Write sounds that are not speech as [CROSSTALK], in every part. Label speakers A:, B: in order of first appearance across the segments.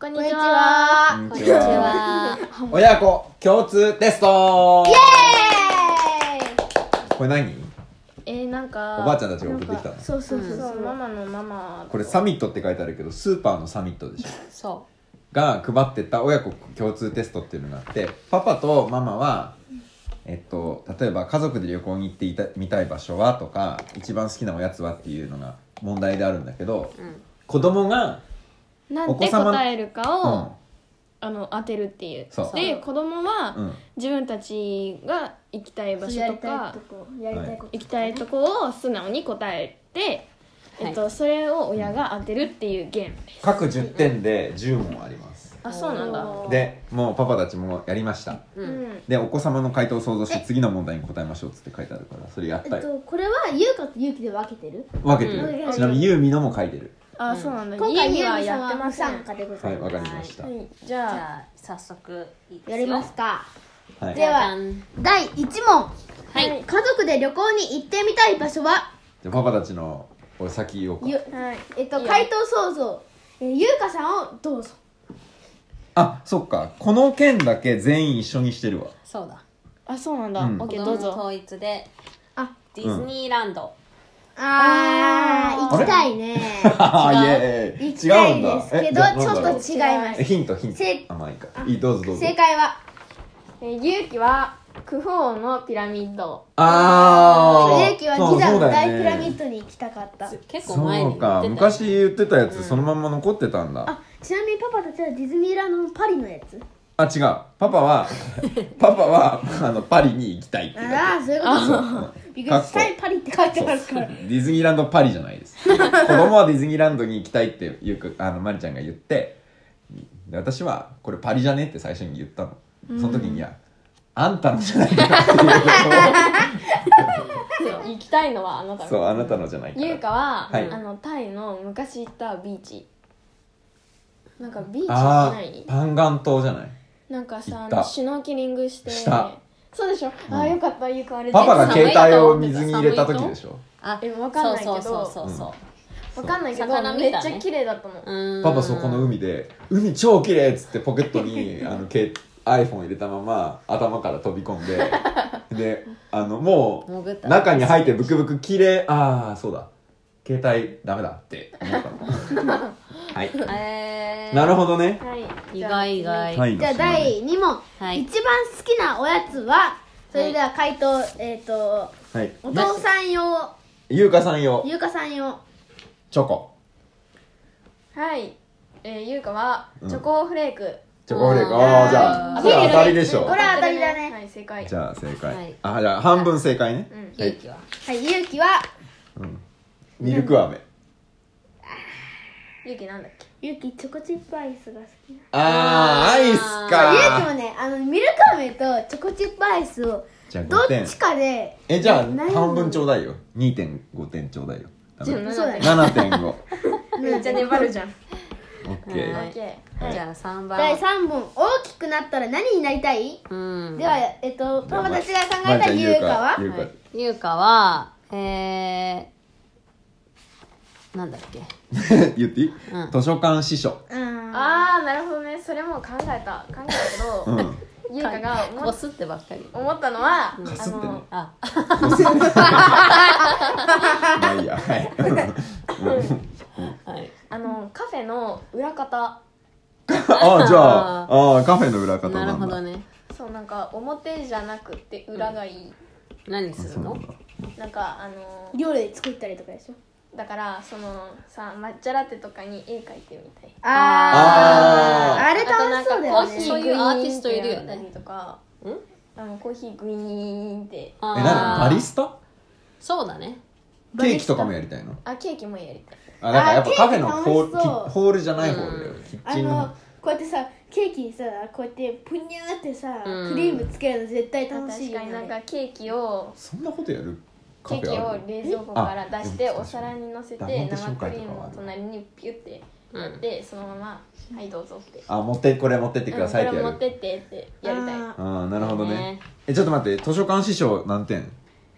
A: こんにちは。
B: こんにちは。親子共通テストこれ何
A: えー、なんか。
B: おばあちゃんたちが送ってきたの
A: なんかそうそうそうそう、ママのママ。
B: これサミットって書いてあるけどスーパーのサミットでしょ
C: そ
B: が配ってた親子共通テストっていうのがあってパパとママは、えっと、例えば家族で旅行に行っていたみたい場所はとか一番好きなおやつはっていうのが問題であるんだけど、
C: ん
B: 子供が、
A: なん
B: お子
A: て
B: 様
A: 答えるか
B: う
A: を、
B: ん
A: あの当てるっていう。
B: そう
A: で子供は、
B: うん、
A: 自分たちが行きたい場
D: 場
A: 所
D: 所
A: と
D: とか
A: か
D: や
B: りたいこ
A: 行きたいとこを素直に答えて、
C: はい
A: えっとそれを親が当てるっていうゲームです。
B: 各10点で10問あります
A: あそうなんだ。
D: おー
B: でもうパパたちもやりました
C: う。う。
A: うんん。
B: でお子様の回答を想像して次の問題に答えましょうっつって書いてあるからそれやっ
D: えった
B: よ
D: とこれは優香と勇気で分けてる
B: 分けて
D: う
B: る
D: ん
B: ちなみにユーミのも書いてる
A: あ、
C: うん
A: そうなんだ。
D: 今回
A: 家
D: 優
A: には
D: 香さ
A: や
D: ん
A: って
D: は
A: ま
D: 不
A: せん。は
D: 参加でござ
B: はいい
D: ま
B: わ
D: す
B: かりました
A: い。じゃ
C: じ
A: あ
C: ゃあ早速いいですよ
D: やりますか
B: はい
D: では
C: じゃん
D: 第1問
C: はい
D: 家族で旅行に行ってみたい場所は
B: じゃあパパたちのお先言おうか
D: ゆ
A: はい。
D: えっ
A: い
D: と
A: いよ
D: 回答想像え優香さんをどうぞ
B: あそっかこの件だけ全員一緒にしてるわ
C: そうだ
A: あ、そうなんだ。
B: うん
A: オッ
C: 子
A: ケーど
C: 供
A: うぞ。
C: 統一で
D: あ
C: ディズニーランド、
D: あー
B: あれ
D: 行きたいね
B: いえ
D: 行き
B: 違
D: た
B: うん
D: い
B: だ
D: ですけ
B: え
D: ど
B: じゃあ
D: ちょ
B: な
D: っ
B: んだ
D: と
B: ろう
D: 違いま
B: え
D: す
B: ヒントヒント
D: せ
B: あまあいいかいいどうぞどうぞ
D: 正解は
A: えー、ゆうきはクフ王のピラミッド。
B: ああ
D: 勇気はギザの大ピラミッドに行きたかった
C: 結構前
B: そ
C: に
B: う
C: 言っ
B: か
C: てたよ
B: 昔言ってたやつそのまんま残ってたんだ
D: あちなみにパパたちはディズニーランドのパリのやつ
B: あ違うパパ
D: [LAUGHS]
B: はパパはあのパリに行きたいっていうだ
D: ああそういうこと
B: け
D: びっくりしたいパリって書いてあるから
B: ディズニーランドパリじゃないです
A: [LAUGHS]
B: 子供はディズニーランドに行きたいってよくあのマリちゃんが言ってで私はこれパリじゃねって最初に言ったのその時にいやあんたのじゃないからっていう
A: 行きたいのはあな [LAUGHS] た
B: ことを。そうあなたのじゃないから
A: ゆうかは、
B: はい
A: あのタイの昔行ったビーチなんかビーチ
B: あ
A: な
B: ー
A: い
B: パンガン島じゃない
A: なんかさ
B: 行
A: あ
B: った
A: のシュノーケリングして
B: した
A: そうでしょ、ああよかったゆうかあれ
B: パパが
A: 全然
B: 携帯を水に入れた時でしょ
C: あ
A: えわかんないけど
C: そうそうそうそ
A: わかんないけど
C: 魚見
A: め
C: たね
A: っちゃ綺麗だったの、
C: う、うーん
B: パパそこの海で「海超綺麗っつってポケットにあの携 iPhone 入れたまま頭から飛び込んでであのも
C: 潜
B: う
C: った
B: 中に入ってブクブク綺麗ああそうだ携帯ダメだって思ったのはい
C: えー、
B: なるほどね
A: はい
C: 意外意外
B: はい
D: じゃあ第2問、
C: はい
D: 一番好きなおやつはそれでは回答、えっ、と
B: はい
D: お父さん用
B: 優香さん用
D: 優香さん用
B: チョコ
A: はい、えー、ゆうかは
B: うん
A: チョコフレーク、
B: チョコフレーク
C: あ
B: あ
C: ー
B: あじゃ
C: あ
B: あ
C: ー
B: それは当たりでしょ
A: うん
D: これは当たりだね
A: はい正解
B: じゃあ正解、
C: はい
B: あじゃあ半分正解ね、
A: うん
B: は
C: 勇
B: い
C: 気は
D: はいゆうきは
B: ミルク飴
A: ゆうきなんだっけ
D: ゆうきチョコチップアイスが好き
B: あーアイスか
D: なゆうきもねあのミルク飴とチョコチップアイスを
B: じゃあ
D: ど
B: 5点
D: っちかで
B: えじゃあ
D: 悩む
B: 半分ちょうだいよ2.5点ちょうだいよダメ
A: じゃあ
D: そうだね
B: 7.5
A: めっちゃ粘るじゃん
B: オッケ
A: オ
B: ー
A: ッケ
B: はい
C: じゃあ3番
D: 第3問大きくなったら何になりたい、
C: うん
D: ではえっ、とパパたちが考えたゆうかは
B: ゆう
C: は
B: か
C: いゆうかはえー、なんだっけ
B: [LAUGHS] 言っていい、
C: うん
B: 図書館司書
D: うん
A: ーああなるほどねそれも考えた考えたけど、 [LAUGHS]
B: うん
A: ゆうかが思
C: こ
A: っ
C: すってばっかり
A: 思ったのは、
B: か
A: あ
B: すってね
A: の
C: あ
B: まあいいやはいうん
C: はい
A: あのカフェの裏方
B: あじゃああーカフェの裏方なん
C: な
B: だ
C: るほどね
A: そうなんか表じゃなくて裏がいい、
C: 何す
B: そ
C: る
B: うな
C: の
B: んだ
A: なんかあの
D: 料理作ったりとかでしょ
A: だからそのさ抹茶ラテとかに絵描いてみたい
D: あー
B: あー
D: あれ楽しそうだよ
A: あとなんかコーヒ
C: そう
A: ー
D: ね
C: いうアーティストいるよね
A: グイーンってやったりとか
C: ん
A: あのコーヒーグイーンって
C: あ
B: えなん
C: ー
B: バリスタ
C: そうだね
B: ケーキとかもやりたいの
A: あケーキもやりたい
B: あだからやっぱカフェの
D: あー
B: ホー
D: ケーキ楽しそう
B: ルホールじゃないホールだよ
C: うん
B: キッ
D: あ
B: チンの
D: のこうやってさケーキにさこうやってプニューってさ、
C: うん
D: クリームつけるの絶対楽し
A: 確
D: いよ
A: か
D: ね
A: になんかケーキを
B: そんなことやる
A: ケー
B: カフ
A: キ
B: ェあ
A: を
B: る
A: 冷蔵庫から
B: えあ
A: 出して
B: でも
A: お皿にのせ
B: だ
A: て
B: 本当
A: 生
B: 紹
A: ク
B: 介
A: リ
B: と
A: ー
B: かは
A: ムを
B: ある
A: 隣にピュってやって、そのまま「はいどうぞ」って
B: あ持ってこれ持ってってくださいっ
A: うん
B: て
A: これ
B: や
A: 持
B: る、
A: ってってってやりたい
D: あ
B: ああなるほどね
C: ね
B: えちょっと待って図書館師匠何点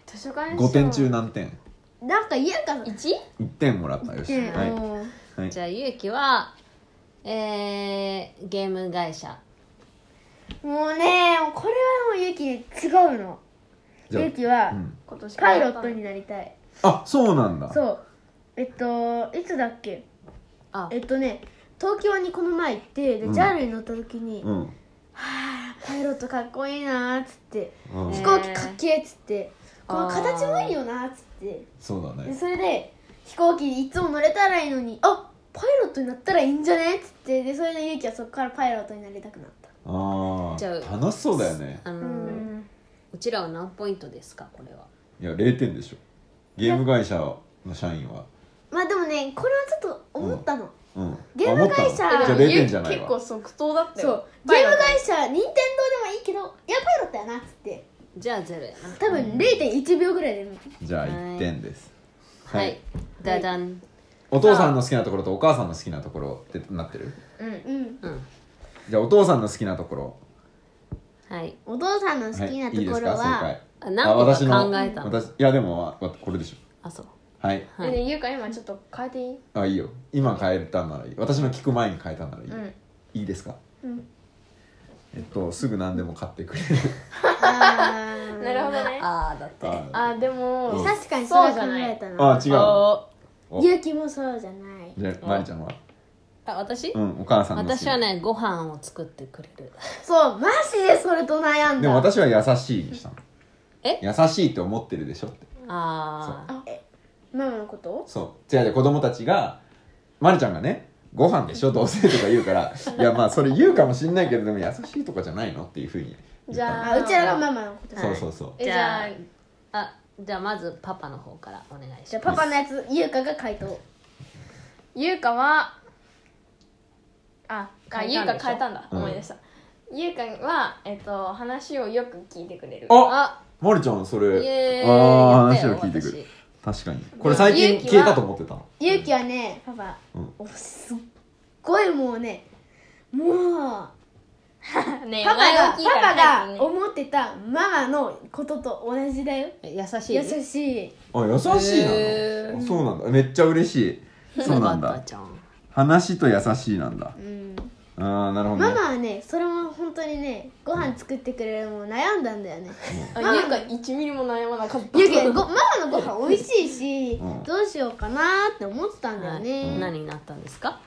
A: 図書館
B: 5点中何点
D: ーなんか優香さん
A: 1
B: 1点もらったよし、
D: うん
B: はい、
A: おー
B: はい
C: じゃあゆうきはえー、ゲーム会社
D: もうねこれはもうゆき違うの
B: じゃあ
D: ゆきは
B: うん、
A: 今年
D: パイロットになりたい
B: あそうなんだ
D: そうえっといつだっけ
C: あ
D: えっとね東京にこの前行ってで
B: うん
D: JAL に乗った時に、
B: うん、うん
D: パイロットかっこいいなーっつって
C: え
D: 飛
C: ー
D: 行機かっけえっつってこの
C: あー
D: 形もいいよなーっつって
B: そうだ
D: で
B: ね
D: それで飛行機いつも乗れたらいいのにあパイロットになったらいいんじゃねっつってでそれでゆうきはそこからパイロットになりたくなった
B: あ
C: じゃ
B: あ
C: あ
B: 楽しそうだよね
C: あのーうちらは何ポイントですかこれはい
B: や0点でしょゲーム会社の社員は
D: まあでもねこれはちょっと思ったの、
B: うん
D: ゲーム会社
B: あ思ったのじゃあ0点じゃない
A: 結構
B: わ
A: 即答だった
D: そ
A: よ
D: うゲーム会社任天堂でもいいけどいやパイロットやなっつって
C: じゃあゼロやな
D: 多分0.1秒ぐらいで
B: じゃあ1点です
C: はい、ダダン
B: お父さんの好きなところとお母さんの好きなところってなってる
D: うん
C: うん
B: じゃあお父さんの好きなところ
C: はい
D: お父さんの好きなところは、
B: はい、いいですか正
C: あ
B: 解
C: 何個
B: 私
C: か
B: の
C: 考えたの
B: 私いやでもわこれでしょ
C: あそう
B: はい
C: はい
A: でねゆうか今ちょっと変えていい
B: あいいよ今変えたんならいい私の聞く前に変えたんならいい、いいですか、
D: ん
B: えっとすぐ何でも買ってくれる
D: あ [LAUGHS] ー
A: なるほどね
C: ああだって
A: あでも
D: 確かにそ
A: そううじ
D: 考
A: ゃな
D: え
A: い
D: たな
B: あ違うのお
D: 勇気もそうじゃない
B: じゃあまりちゃんは
C: あ私、
B: うんお母さんの好き
C: 私はねご飯を作ってくれる
D: そうマジでそれと悩んだ
B: でも私は優しいにしたの
C: え
B: 優しいって思ってるでしょって
C: ああ
D: ママのこと
B: そう違う違う子供たちがまるちゃんがねご飯でしょどうせとか言うからいやまあそれ言うかもしんないけどでも優しいとかじゃないのっていうふうに
A: じゃ
D: あうちらがママのこと
B: そうそうそう
A: えじ
C: じゃ
A: ゃ
C: あ
A: あ
C: あじゃあまずパパの方からお願いします
D: じゃあパパのやつ優香が回答
A: ゆうかはああ
C: 変
A: ゆ
C: え
A: う
C: たん
A: か
C: でしょ
A: 変えたんだ
B: うん
A: 思い出したゆうかはえっと話をよく聞いてくれる
B: あまるちゃんそ
C: イエ
B: れ
C: ーイ
B: ああ
C: やっ
B: 話
C: たよ
B: を聞いてくる
C: 私
B: 確かにこれ最近
A: 勇気は
B: 消えたと思ってたの
D: 勇気はねパパ、
B: うん
D: おすっごいもうねもう
A: ね
D: パパが
A: いから
D: パパ
A: 早
D: が
A: くね
D: 思ってたママのことと同じだよ
C: 優しい
D: 優しい
B: あ優しいなの、
C: へー
B: あそうなんだめっちゃ嬉しいそうなん
C: [LAUGHS] よかっ
B: だ
C: たじゃん
B: 話と優しいなんだ
D: うん
B: あーなるほど
D: マ
B: ね
D: マはねそれも本当にねご飯作ってくれるのも悩んだんだよね
A: あゆうか1ミリも悩まなかった
D: ゆうきごママのご飯美味しいし、
B: うん
D: どうしようかなーって思ってたんだよね、
C: はい、何になったんですか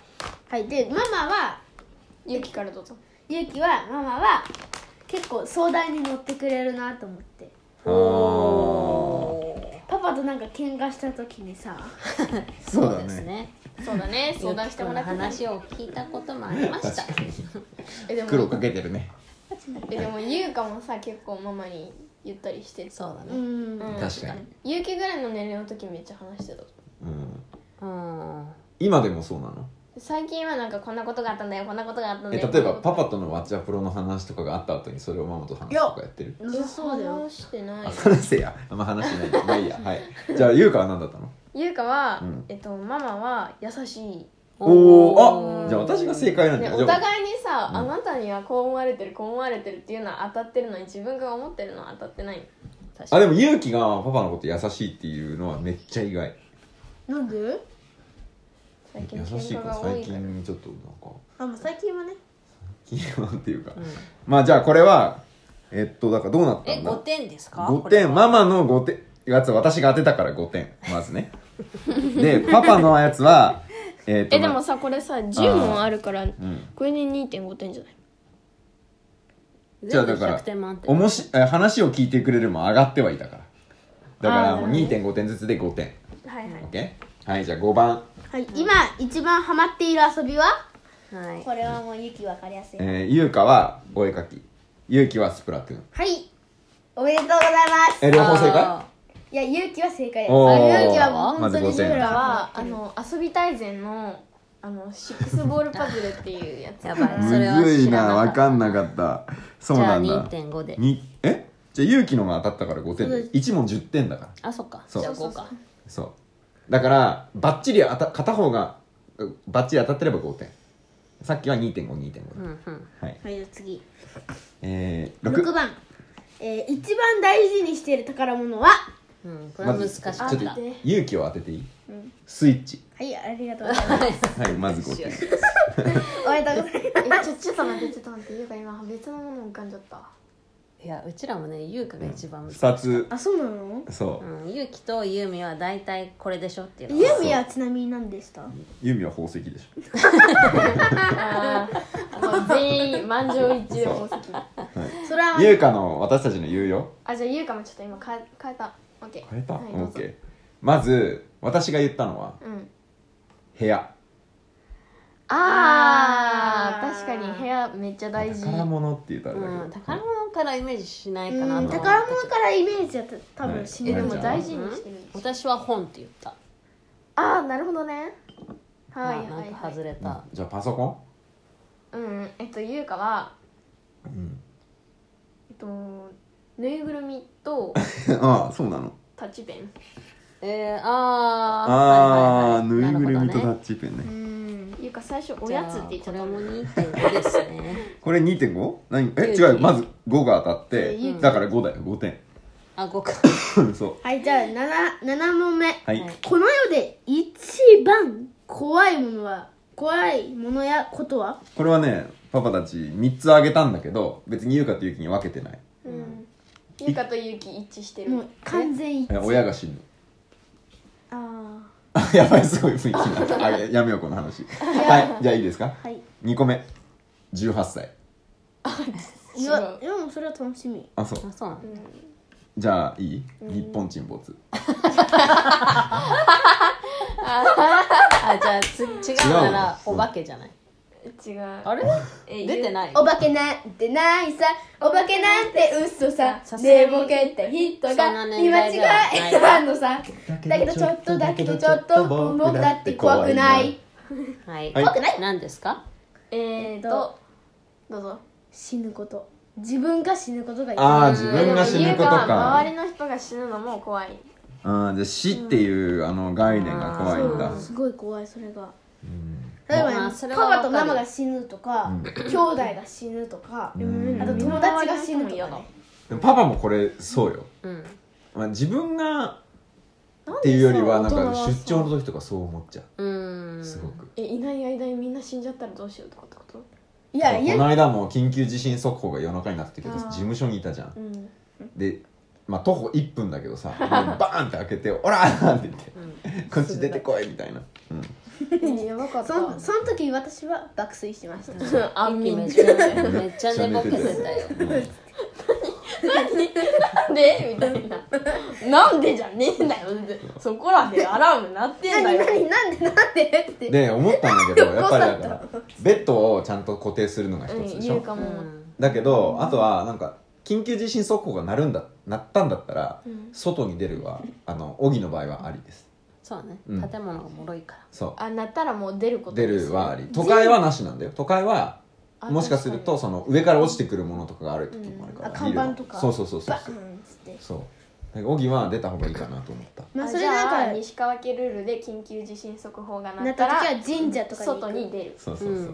D: はい、でママは
A: ゆうきからどうぞ
D: ゆうきはママは結構相談に乗ってくれるなと思って
B: あー
D: パパとなんか喧嘩した時にさ
B: そうだ
C: です
B: ね
C: ね
A: そうだね相談してもらって
C: ゆきこの話を聞いたこともありました
A: えで
B: 黒
A: も
B: かけてるね
A: えでもゆうかもさ結構ママに言ったりしてる
C: そうだ
D: う
C: ね
D: ん
A: うん
B: 確かに
A: ゆうきぐらいの年齢の時めっちゃ話してた
B: うん
C: うん
B: 今でもそうなの
A: 最近はなんかこんなことがあったんだよこんなことがあったんだ
B: え
A: よ
B: 例えばパパとのワチャプロの話とかがあった後にそれをママと話すとかやってる
D: なさそうだよ
A: 話してない
B: あ話せやあんま話しないまあいいやはいじゃあ優香は何だったの
A: ゆうかは、
B: うん
A: えっとママは優しい
B: おお
C: ー
B: あじゃあ私が正解なんだ
A: ね、
B: よ
A: お互いにさ、
B: うん
A: あなたにはこう思われてるこう思われてるっていうのは当たってるのに自分が思ってるのは当たってない
C: 確
B: あ
C: か
B: で
C: に
B: も勇気がパパのこと優しいっていうのはめっちゃ意外
D: なんで
A: 最近
B: 優しい
A: 喧嘩
B: か
A: が多
B: 最
A: いから
B: 近ちょっとなんか
D: あもう最近はね
B: 気になんていうか、
C: うん
B: まあじゃあこれはえっとだからどうなった
C: え
B: んだ
C: 五点ですか
B: 5
C: これは
B: 点ママの5点やつは私が当てたから5点まずねでパパのやつはえっと
A: えでもさこれさ10問あるから
B: うん
A: これで2.5点じゃない
B: じゃあ
C: 全部
B: だから
C: 100点満点
B: おもしえ話を聞いてくれるも上がってはいたからだから
A: あー
B: もう2.5点ずつで5点
A: はいはい
B: OK? はいじゃあ5番、
D: はい、今一番ハマっている遊びは
C: はい
D: これはもうゆきわかりやすい、
B: えー、ゆうかはお絵描きゆうきはスプラトゥーン
D: はいおめでとうございます
B: え両方正解
C: あ
D: いやゆうきは正解です
B: おー
D: ゆうきはもう本当に
B: まず五
D: ゆうき
B: 点
A: は
D: は
A: あの遊び大全のあのシックスボールパズルっていうやつ
C: ーやばいそれは
B: むずい
C: 知ら
B: な
C: な
B: 分
C: かった
B: かんなかったそう
C: じゃ
B: な
C: あ
B: んだ
C: 2.5で
B: にえじゃあ勇気のが当たったから5点で1問10点だから
C: あそっかじ
B: そう
C: ゃあ5か
B: そうだからバッチリ当た片方がうバッチリ当たってれば5点さっきは2.52.5
C: うんうん
B: はい
D: はいじゃあ次
B: えー、
D: 6番、えー、一番大事にしている宝物は
C: うんこれは難しかっ
B: ま
C: た
B: ずちょっと勇気を当てていい、スイッチ
D: はいありがとうございます
B: はいまず5点
D: [LAUGHS] おめがとうござい
A: えちょちょっと待ってちょっと待ってゆうか今別のもの浮かんじゃった
C: いやうちらもね優香が一番難しい、、
B: 2つ
D: [LAUGHS] ますあそうなの
B: そううん
C: ゆうきとゆうみは大体これでしょっていうの
D: ユ
C: が
D: ーミはちなみに何でした
B: ユミは宝石でしょ
A: あーもう全員満場一致で宝石
D: それは
B: 優香の私たちの言うよ
A: あじゃあゆうかもちょっと今変え変えたオッケー
B: 変えた、
A: はい、
B: オ
A: ど
B: ッ
A: うぞ
B: ケーまず私が言ったのは
A: うん
B: 部屋
A: あ
D: あー
A: ー確かに部屋めっちゃ大事
B: 宝物って言ったらだけど、
C: うん、宝物からイメージしないかな
D: うん
C: と
D: 宝物からイメージだと多
B: は
D: 分
B: い
D: 死
A: え
D: ぬ
A: で
D: の
A: も
D: じゃん
A: 大事にしてる、
C: 私は本って言った、
A: ああなるほどねはい
C: まあ
A: はい
C: なんか
A: はい
C: 外れた、
B: うんじゃあパソコン
A: うんえっとゆうかは
B: うん、
A: えっとぬいぐるみ
B: [LAUGHS]
A: と
B: ああそうなの
A: タッチペン
C: えー、あー
B: ああー、
C: はいはい
B: ぬ
C: はい
B: いぐるみとタ
C: なるほどね
B: ッチペンね
D: うん
A: ゆうか最初おやつって言っちゃった
C: じあこ
A: の
C: れも2.5ですね
B: これ 2.5? 何え
C: 9
B: 違うまず5が当たって、
D: う
B: だから5だよ5点 [LAUGHS]
C: あ5か
B: そう
D: はいじゃあ 7, 7問目
B: はい、
C: はい
D: この世で一番怖いものは怖いものやことは
B: これはねパパたち3つあげたんだけど別に優香とゆきに分けてない
A: うんゆうかとゆうき一致してる
D: もう完全一
B: え
D: 致
B: 親が死ぬ [LAUGHS]
D: あ
B: あやばいすごい雰囲気にな
D: [LAUGHS]
B: ったあややめようこの話はいじゃあいいですか
D: あはい
B: 2個目18歳
D: いやでもそれは楽しみ
B: あそう
C: あそうなんだ
B: じゃあいい日本沈没
C: あじゃあつ違うなら
B: うん
C: お化けじゃない
A: 違う
C: あれ
A: え
C: 出て
A: い
C: ない
D: お化けなんてないさお化けなんて嘘さ
C: さすが
D: 寝
C: に
D: ぼけった人
C: そん
D: が
C: な
D: 見間
C: 年代
D: 違
C: ではない
D: えたのさだけどちょっとだけどちょっと僕だって怖くない
C: はい、
B: 怖く
C: ない何ですか
A: えーとどうぞ
D: 死ぬこと自分が死ぬことが一
B: ああ
D: 番
B: 自分が死ぬこと
A: でもゆうは周
B: か
A: りの人が死ぬのも怖い
B: うんじゃあ死っていうあの概念が怖いんだ
D: そうすごい怖いそれが
B: うん
D: 例えば、
C: まあそれは
D: パパとママが死ぬとか、
B: うん
D: 兄弟が死ぬとか、
B: ん
D: あと友達が死ぬとか、ね、
B: でもパパもこれそうよ、
C: うん
B: まあ、自分がっていうよりはなん
A: なん
B: か
A: でそう
B: 出張の時とかそう思っちゃ
C: うー
B: うんすごく
A: えいない間にみんな死んじゃったらどうしようとかってこと
D: い
B: こ
D: やい
B: の
D: や
B: 間も緊急地震速報が夜中になってたけど
A: あー
B: 事務所にいたじゃん
A: うん
B: でまあ徒歩1分だけどさもうバーンって開けて「 [LAUGHS] オラー!」って言って「こっち出てこい」みたいな、うん、
A: えやばかっ
D: そのその時私は爆睡しました
A: 安
C: 一気
A: 眠
C: めっち
A: で
C: ゃめっちゃ寝ぼけてたよ
A: [LAUGHS] みたいななんでじゃねえんだよそこらでアラーム鳴ってんだ
D: [LAUGHS] 何
A: よ
D: 何なんでなんでって
B: で思ったんだけどやっぱりだ
D: 起こ
B: か
D: さ
B: らベッドをちゃんと固定するのが一つでし
A: ゆ
B: ょ、
A: うか
C: う
A: も
C: ん
B: だけどあとはなんか緊急地震速報が鳴るんだ鳴ったんだったら、外に出るはあの荻の場合はありです
C: そうね、
B: うん
C: 建物が脆いから
B: そ
A: あ鳴ったらもう出るこ
B: う
A: と
B: 出るはあり都会はなしなんだよ都会は
A: あ
B: もしかするとその上から落ちてくるものとかがある時もあるから、
D: うんあ看板とか
B: そうそうそうそう
D: バーンっつって
B: そうだから荻は出た方がいいかなと思った
D: まあ
A: あ
D: そ
A: それ
D: れな
A: なんか
D: んか
A: 西川家ルールで緊急地震速報が
D: な
A: 鳴
D: っ
A: った
D: た
A: ら
D: 時は神社とかに行く
A: 外に出る
B: そうそうそう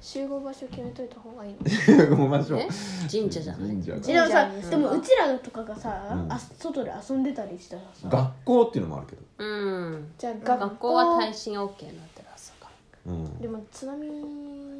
A: 集合場所決めといた方がいいの
B: そう、 [LAUGHS] ごめんなさい
C: ね神社じゃない
B: 神社
D: え
B: が
D: でもさ
A: 神社
D: でもうちらとかがさ、
B: うん
D: あ外で遊んでたりしたらさ
B: 学校っていうのもあるけど、
C: うん
A: じゃあ
C: 学校は耐震 OK になってるはずだから
B: うん、
A: でも津波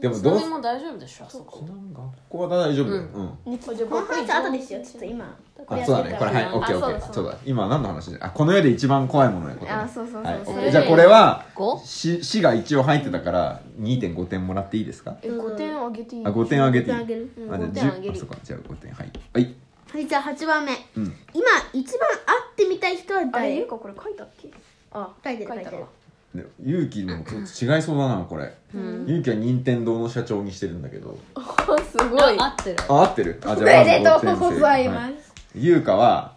B: でも
C: 津
B: どう
C: 波も大丈夫でしょあそこ
B: そんな学校は大丈夫だよ、
C: うん
B: うん
A: あじゃあ
D: この話後ですよ
A: 僕
D: ちょっと今これや
B: あ
D: っ
B: そうだ
D: て
B: ね
D: るか
B: これ
D: ら
B: はいオッケー
A: あ
B: オ
A: そう
B: ッケー
A: だ
B: そうだ今何の話あこの世で一番怖いものやことね
A: あそうそうそう
B: はい
A: そ
C: れで
B: じゃあこれはし死が一応入ってたから2.5点もらっていいですか
A: え5点あげていい
B: あ5点あげていい
D: あげる
A: うん
B: あじゃあ
A: 5点あげ
B: 10
A: る
B: あそうかじゃあ5点はいはい
D: はいじゃあ8番目
B: うん
D: 今一番会ってみたい人は
A: あれゆう
D: 誰
A: かこれ書いたっけあ
D: 書いてる
A: 書
D: 書
A: い
D: い
A: た
D: てる
A: わ
B: で勇気もちょっと違いそうだなこれ
C: うん
B: 勇気は任天堂の社長にしてるんだけど
A: あすごい
C: あ合ってる
B: あ合ってる
D: [LAUGHS]
B: あ
D: お
B: じゃあ
D: めでとうございます
B: 優香は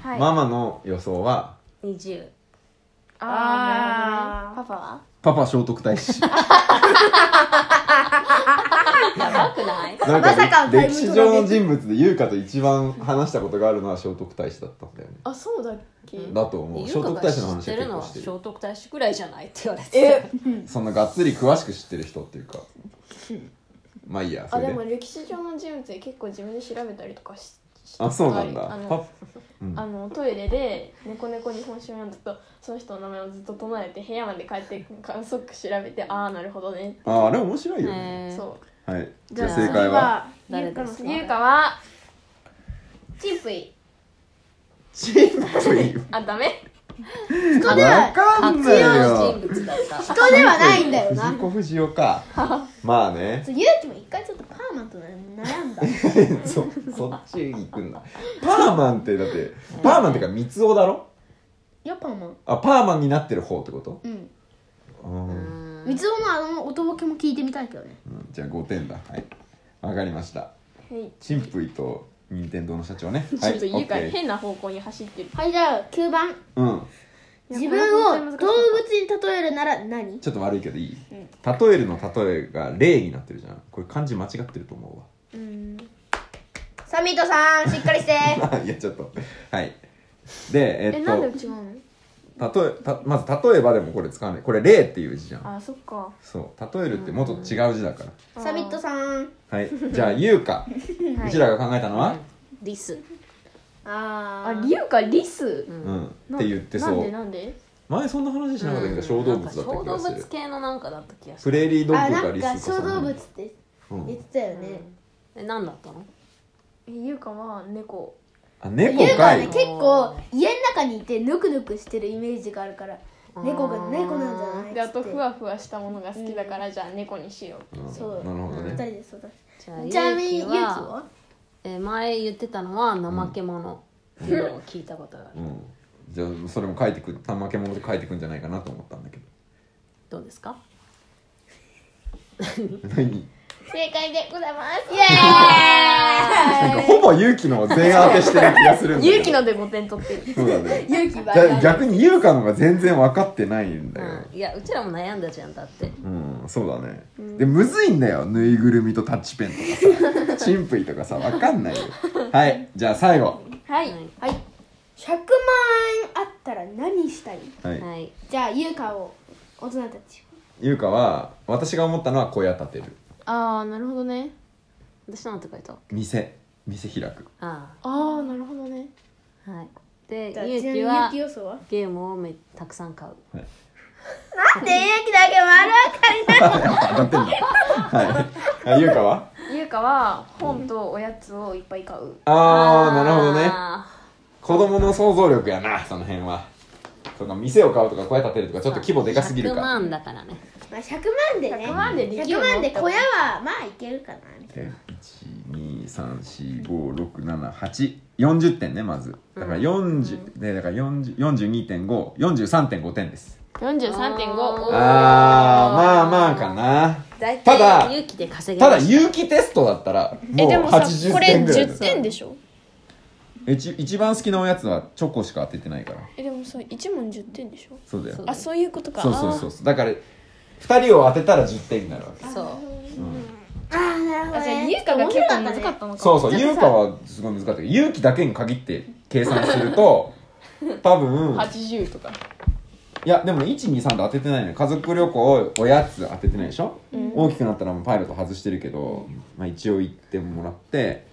A: は
B: ママの予想は
C: 20
A: あーなるほどねパパは
B: パパ聖徳太子
C: やばくない
B: なん
D: まさか
B: か
D: のタイムトラベ
B: 歴
D: ル
B: 史上の人物で優香と一番話したことがあるのは聖徳太子だったんだよね
A: あそうだっけ
B: だと思う聖
C: 優香
B: 徳
C: が
B: 太子の話は
C: 知ってる
B: 結
C: の
B: 構
C: は
B: して
C: 聖
B: る
C: 徳太子くらいじゃないって言われて
A: え
B: そんながっつり詳しく知ってる人っていうかまあいいやそ
A: あ
B: れ
A: で
B: で
A: も歴史上の人物で結構自分で調べたりとかし
B: あそうなんだ
A: あの
B: パうん
A: あのトイレで猫猫日本酒を読んだとその人の名前をずっと唱えて部屋まで帰って観測調べてああなるほどね、
B: ああれ面白いよね、
C: えー
A: そ
B: はいじ
C: じ
B: ゃ
C: ゃ
B: あ
C: あ
B: 正解は
D: 次ゆうか
A: う
D: の
C: 誰です
A: 優香は
D: チンプイ
B: チンプイ
A: あダメ
D: 人で
B: わ
D: は
B: かんないよ
C: 人物だった
D: 人ではないんだよな
B: 藤子不二雄かまあね [LAUGHS]
D: そうゆうきも一回ちょっとパーマと [LAUGHS] 悩んだ
B: そそっち行くんだパーマンってだってパーマンってか三つ男だろ
D: いやパーマ
B: あパーマンになってる方ってこと
D: うん
B: うん、
D: 三つ男のあの音ボケも聞いてみたいけどね
B: うんじゃあ5点だはいわかりました
A: はい
B: チンプイと任天堂の社長ね
A: ちょっと
B: はい
A: 優香、
B: OK
A: 変な方向に走ってる
D: はいじゃあ9番
B: うん
D: 自分を動物に例えるなら何
B: ちょっと悪いけどいい、
A: うん
B: 例えるの例えが例になってるじゃんこれ漢字間違ってると思
D: うんサミートさんしっかりして [LAUGHS]
B: うわ [LAUGHS] いやちょっとはいでえっと
A: えなんで違うの
B: 例えたまず例えばでもこれ使わないこれ「例」っていう字じゃん
A: あそっか
B: そう例えるってもっと違う字だから、
D: サミットさん
B: はいじゃあ優香、うちらが考えたのは、
C: リス
D: あ
A: あ優香リス
B: うん
C: ん
B: っ
A: な
B: て言ってそ
A: なんで
B: う
A: なんで
B: 前そんな話しなかったけど、小動物だった気
C: なんか
B: が
C: 小動
B: す
C: 物
B: る
C: 系のなんかだった気がす
B: プレーリード
D: あ
B: ッグ
D: な
B: か
D: ん
B: リ
D: か
B: スと
D: 小
B: か
D: 動物っ
B: そ
D: て
B: んなのう
D: 言っ
B: ん
D: てたよ
C: る、
D: ね、
C: え何だったの
A: 優香は猫
B: あ
D: ゆう
B: 猫
D: か
B: か
D: はいね結構家の中にいてぬくぬくしてるイメージがあるから猫が猫なんじゃないっつって
A: であとふわふわしたものが好きだから、じゃあ猫にしよう
B: うん
D: そう
B: なるほど
D: 二人
B: ね、
D: で育
C: じ
D: てちなみにゆ
C: ゆ
D: う
C: う
D: き
C: き
D: は
C: えー前言ってたのは怠け者っていうのを聞いたことがある、
B: うん、じゃあそれも書いてくたまけもので書いてくんじゃないかなと思ったんだけど
C: どうですか
B: 何
D: 正解でございますイ
B: なん
D: エー
B: か
D: イ
B: ほぼ勇気の全当てしてる気がするんだけど
A: 勇気ので5点取ってる
B: そうだね
D: [LAUGHS] ゆうきは
B: じゃあ逆に優香の方が全然分かってないんだよ、
C: うん、いやうちらも悩んだじゃんだって
B: うん、そうだね、でむずいんだよぬいぐるみとタッチペンとかさチンプイとかさわかんないよはいじゃあ最後
A: はい
C: は
D: は
C: い
D: い100万円あったら何したい
B: はい、
C: はい
D: じゃあゆうかを大人たち
B: 優香は私が思ったのは小屋建てる
A: ああなるほどね
C: 私なんて書いた
B: 店店開く
C: あ
A: ああなるほどね
C: あはいで
D: じゃあ
C: ゆう
D: ちなみ
C: き
D: に
C: は
D: ゆうき予想は
C: ゲームをめたくさん買う
D: なんでゆうきだけ丸分かりな
B: あ当たってんだはいあ優香は
A: 優香は本とおやつをいっぱい買う
B: ああなるほどね
C: あ
B: 子供の想像力やなその辺はそうか店を買うとか小屋建てるとかちょっ
C: ー
B: と規模でかすぎる
C: 100
B: か
C: 万だからね
D: まあ100万でね
A: 100万でできる
D: 100
A: の
D: 万で小屋はまあいけるかなみたい
B: 123456740点ねまずだから40、でだから40 42.543.5点です
A: 43.5
B: あーまあまあかな
C: 大
B: ただ
C: 体勇気で稼げ
B: ただ
C: ました
B: 有機テストだったらも
A: え
B: う
A: でもさ
B: 80
A: これ
B: 点ぐらいだ
A: 10点でしょ
B: えち一番好きなおやつはチョコしか当ててないから
A: えでもさ1問10点でしょ
B: そうだよ
C: そう
A: あそういうことか
B: そうそうそうそうだから2人を当てたら10点になるわけ
C: そう
D: なあーなるほ
A: あー
D: ど
A: あ
D: ね
A: じゃあ優香が結構難かったのか
B: そうそう
A: じゃあ
B: 優
A: さ
B: 香はすごい難かったけど勇気だけに限って計算す
A: [LAUGHS]
B: ると多分
A: 80とか
B: いやでもね123と当ててないのよ家族旅行おやつ当ててないでしょ、大きくなったらもうパイロット外してるけど、まあ、一応行ってもらって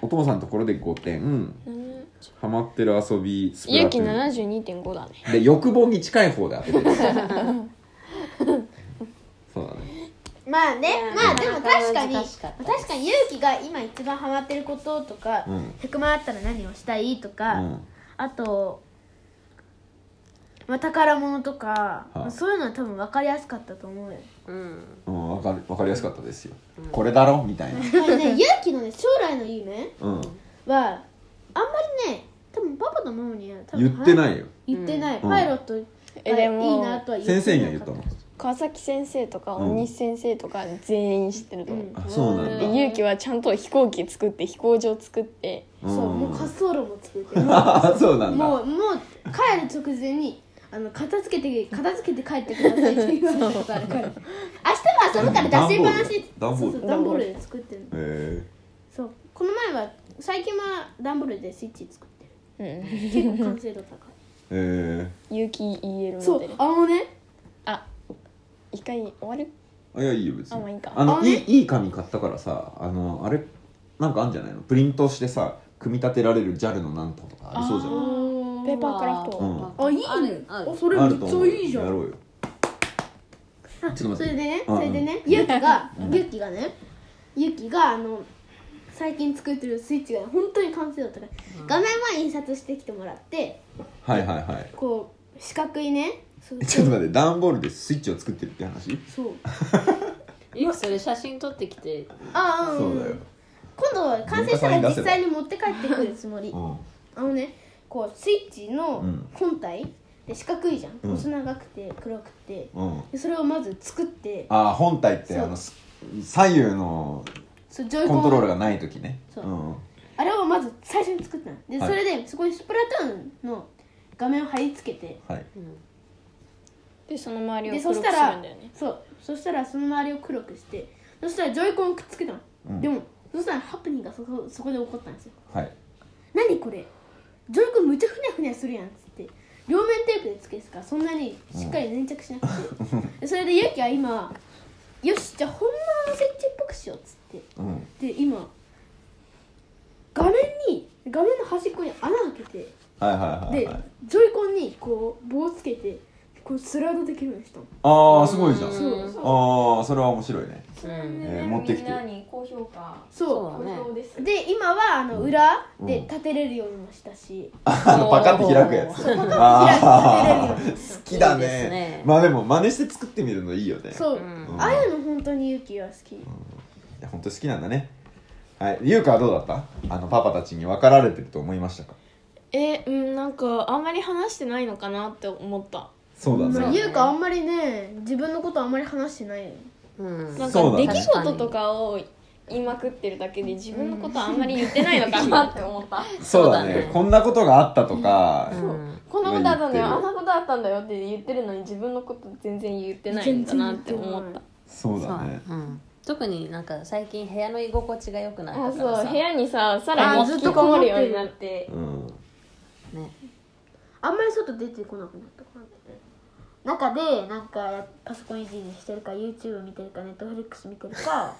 B: お父さんのところで5点ハマってる遊びスプ
A: ゆ
B: ラ
A: うき
B: トゥーン
A: 72.5だね
B: で欲望に近い方で当ててる
A: [LAUGHS]
B: そうだね
D: まあねまあでも確かに
C: 難しかった
D: 確かに勇気が今一番ハマってることとか、
B: うん
D: 100万あったら何をしたいとか、
B: うん
D: あと、まあ、宝物とか、
B: はあ
D: そういうのは多分分かりやすかったと思
B: [LAUGHS]
D: うよ
C: うん
B: うん、わかるわかりやすかったですよ、これだろみたいな
D: これね勇気のね将来の夢
B: うん
D: はあんまりね多分パパとママには多分
B: 言って
D: い
B: ないよ
D: 言ってない、
B: うん
D: パイロットがい
A: えでも
D: いなとは言って
B: 先
D: な
B: 生には言った
D: か
B: の
A: 川崎先生とか
B: うん
A: 大西先生とか全員知ってると思う、
D: うん
B: あそうなんだ
A: でゆうきはちゃんと飛行機作って飛行場作って
D: そうもう滑走路も作ってもう
B: あ [LAUGHS] そうなんだ
D: もうもう帰る直前にあの片付けて片付けて帰ってくださいって言われたことあるから明日も遊ぶから出しっぱなし
B: 段ボール
D: そうそう段ボールで作ってるの
B: へ
D: そうこの前は最近は段ボールでスイッチ作って
A: うん
D: る結構完成度高い
B: えへ
A: ゆうき EL モ
D: そう
A: デル
D: あのね
A: あ一回終わる
B: えあいやいいよ別に
A: あまあいいか
B: あの
D: あ
B: い
D: ね
B: いいい紙買ったからさあのあれなんかあるんじゃないのプリントしてさ組み立てられる JAL のなんとかとかありそうじゃん
A: ペーパークラフト、
B: うん
E: あいいね
C: あるある
E: あそれめ
B: あ
E: っ
B: ると
E: ち
B: 思
E: ゃ
B: う
E: いいじゃ
B: やろ
E: ん
B: うよちょっと待
D: それ
B: って
D: でね
B: うん
D: それでねゆきがゆきがねゆきがあの最近作ってるスイッチが本当に完成度高い画面は印刷してきてもらって
B: はいはいはい [LAUGHS]
D: こう四角いねそう
B: え [LAUGHS] ちょっと待って段ボールでスイッチを作ってるって話
D: そう
C: えそれ写真撮ってきて
D: ああうんうん今度は完成したら実際に持って帰ってくるつもり
B: う
D: あのねこうスイッチの
B: うん
D: 本体で四角いじゃん
B: うん
D: 細長くて黒くて
B: んうん
D: でそれをまず作って
B: あー本体って
D: そう
B: あのす左右の
D: そう [LAUGHS] ジョイコ
B: コントロール
D: ン
B: がない時ね
D: そう
B: うん
D: あれをまず最初に作ったので
B: はい
D: それでそこにスプラトゥーンの画面を貼り付けて
B: はい
A: でその周り
D: で
A: を黒
D: そ
A: く
D: し
A: す
D: た
A: る
D: ら
A: んだよね
D: そうそしたらその周りを黒くしてそしたらジョイコンをくっつけたの、
B: うん
D: でもそしたらハプニングがそこそこで起こったんですよ
B: はい
D: 何これジョイコンむちゃふにゃふにゃするやんっつって両面テープでつけてたからそんなにしっかり粘着しなくて、でそれでユキは今よしじゃあ本物の設置っぽくしようっつっ
B: うん
D: てで今画面に画面の端っこに穴開けて
B: はいはいはい
D: で
B: はい
D: ジョイコンにこう棒つけてこうスライドできるようにしたの
B: ああすごいじゃん
C: うん
B: ああそれは面白いね
C: うん
B: えー持ってきて
F: みんなに高評価
D: そ
C: そうだね
F: 好評です
D: うで今はあの裏で
B: うん
D: 立てれるようにもしたし、
B: あの [LAUGHS] パカって開くや
D: [LAUGHS]
B: つ
D: 開
B: あ
D: く立てれるようにもし
B: 好きだ
C: いいですね
B: ねまあでも真似して作ってみるのいいよね
D: たそう、
C: うん
D: ああいうの本当にユキは好き、
B: いや本当好きなんだねはい優香はどうだったあのパパたちに分かられてると思いましたか
A: えうんなんかあんまり話してないのかなって思った
B: そうだね、
D: まあ、ゆうかあんまりね自分のことあんまり話してないよ
C: うん
A: なん
B: そう
A: か
B: だね
A: 出来事とかを言いまくってるだけで自分のことはあんまり言ってないのかなって思った
B: そうだね
C: そうだね
B: こんなことがあったとか、
C: うん
A: こんなことあったんだよ
B: 言
A: あ
B: っ
A: ん
B: てる
A: なことあったんだよって言ってるのに自分のこと全然言ってないんだなって思った
B: そうだね
C: そううん特になんか最近部屋の居心地が良くな
A: あ
C: ったからさ
A: そう部屋にささら
D: あ
A: に
D: ず
A: 引
D: っ
A: き
D: と
A: こもるようになって
B: うん [LAUGHS]
C: ね
D: あんまり外出てこなくなったから中でなんかパソコンいじりしてるか YouTube 見てるか Netflix 見てるか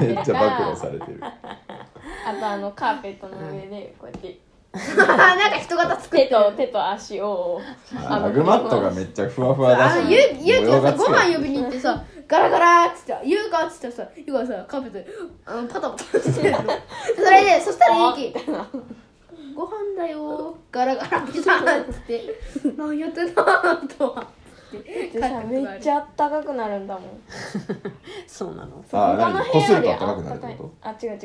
B: めっちゃ暴露されてる
A: あとあのカーペットの上でこうやって
D: [LAUGHS] なんか人型作っ
A: 手
D: てる
A: と手と足を
B: あマグマットがめっちゃふわふわだ
D: あ
B: し
D: のゆゆうき
B: 模
D: が
B: 様が
D: さ
B: つ
D: ご
B: く
D: 飯呼びに行ってさガラガラーっつってゆうかっつってさゆうかがさカーペットであのパタパタしてるのそれ [LAUGHS] でそしたらゆうきご飯だよーガラガラピザーっつって何やってんのとはっつって
A: でさめっち
D: ゃ
A: ゃあったかくなるんだもん
C: そうなの
B: あー
A: 他の
B: 何
A: 部
B: こす
A: 屋
B: ると
A: で
B: 暖かくなる
A: あ
B: ってこ
A: あ違う違う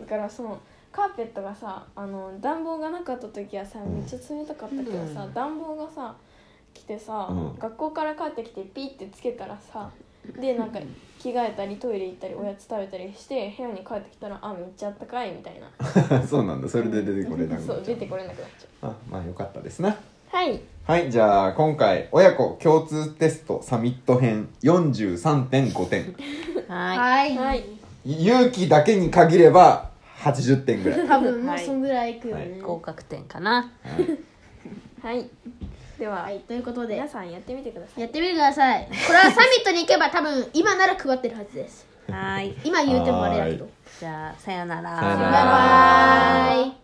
A: だからそのカーペットがさあの暖房がなかった時はさ
B: ん
A: めっちゃ冷たかったけどさ、
C: うん
A: 暖房がさ来てさ、
B: うん
A: 学校から帰ってきてピッてつけたらさでなんか着替えたりトイレ行ったりおやつ食べたりして部屋に帰ってきたらあめっちゃあったかいみたいな
B: とそう [LAUGHS] なんだそれで出てこれなくな
A: そ
B: っ
A: う
B: ちゃ
A: 出
B: う
A: てこれなくなっちゃ
B: あまあよかったですな
A: うはい
B: はいじゃあ今回親子共通テストサミット編43.5点
C: は
D: はい、
A: はい
B: 勇気だけに限れば80点ぐらい、
D: 多分もうそんぐらいいくよね、
C: い
D: は
C: 合格点かな
A: はいでは、
D: いということで
A: 皆さんやってみてください
D: やってみてくださいこれはサミットに行けば多分今なら配ってるはずです
C: はい
D: 今言うてもあれだけど
C: じゃあさよなら
B: さよなら
D: バイバーイ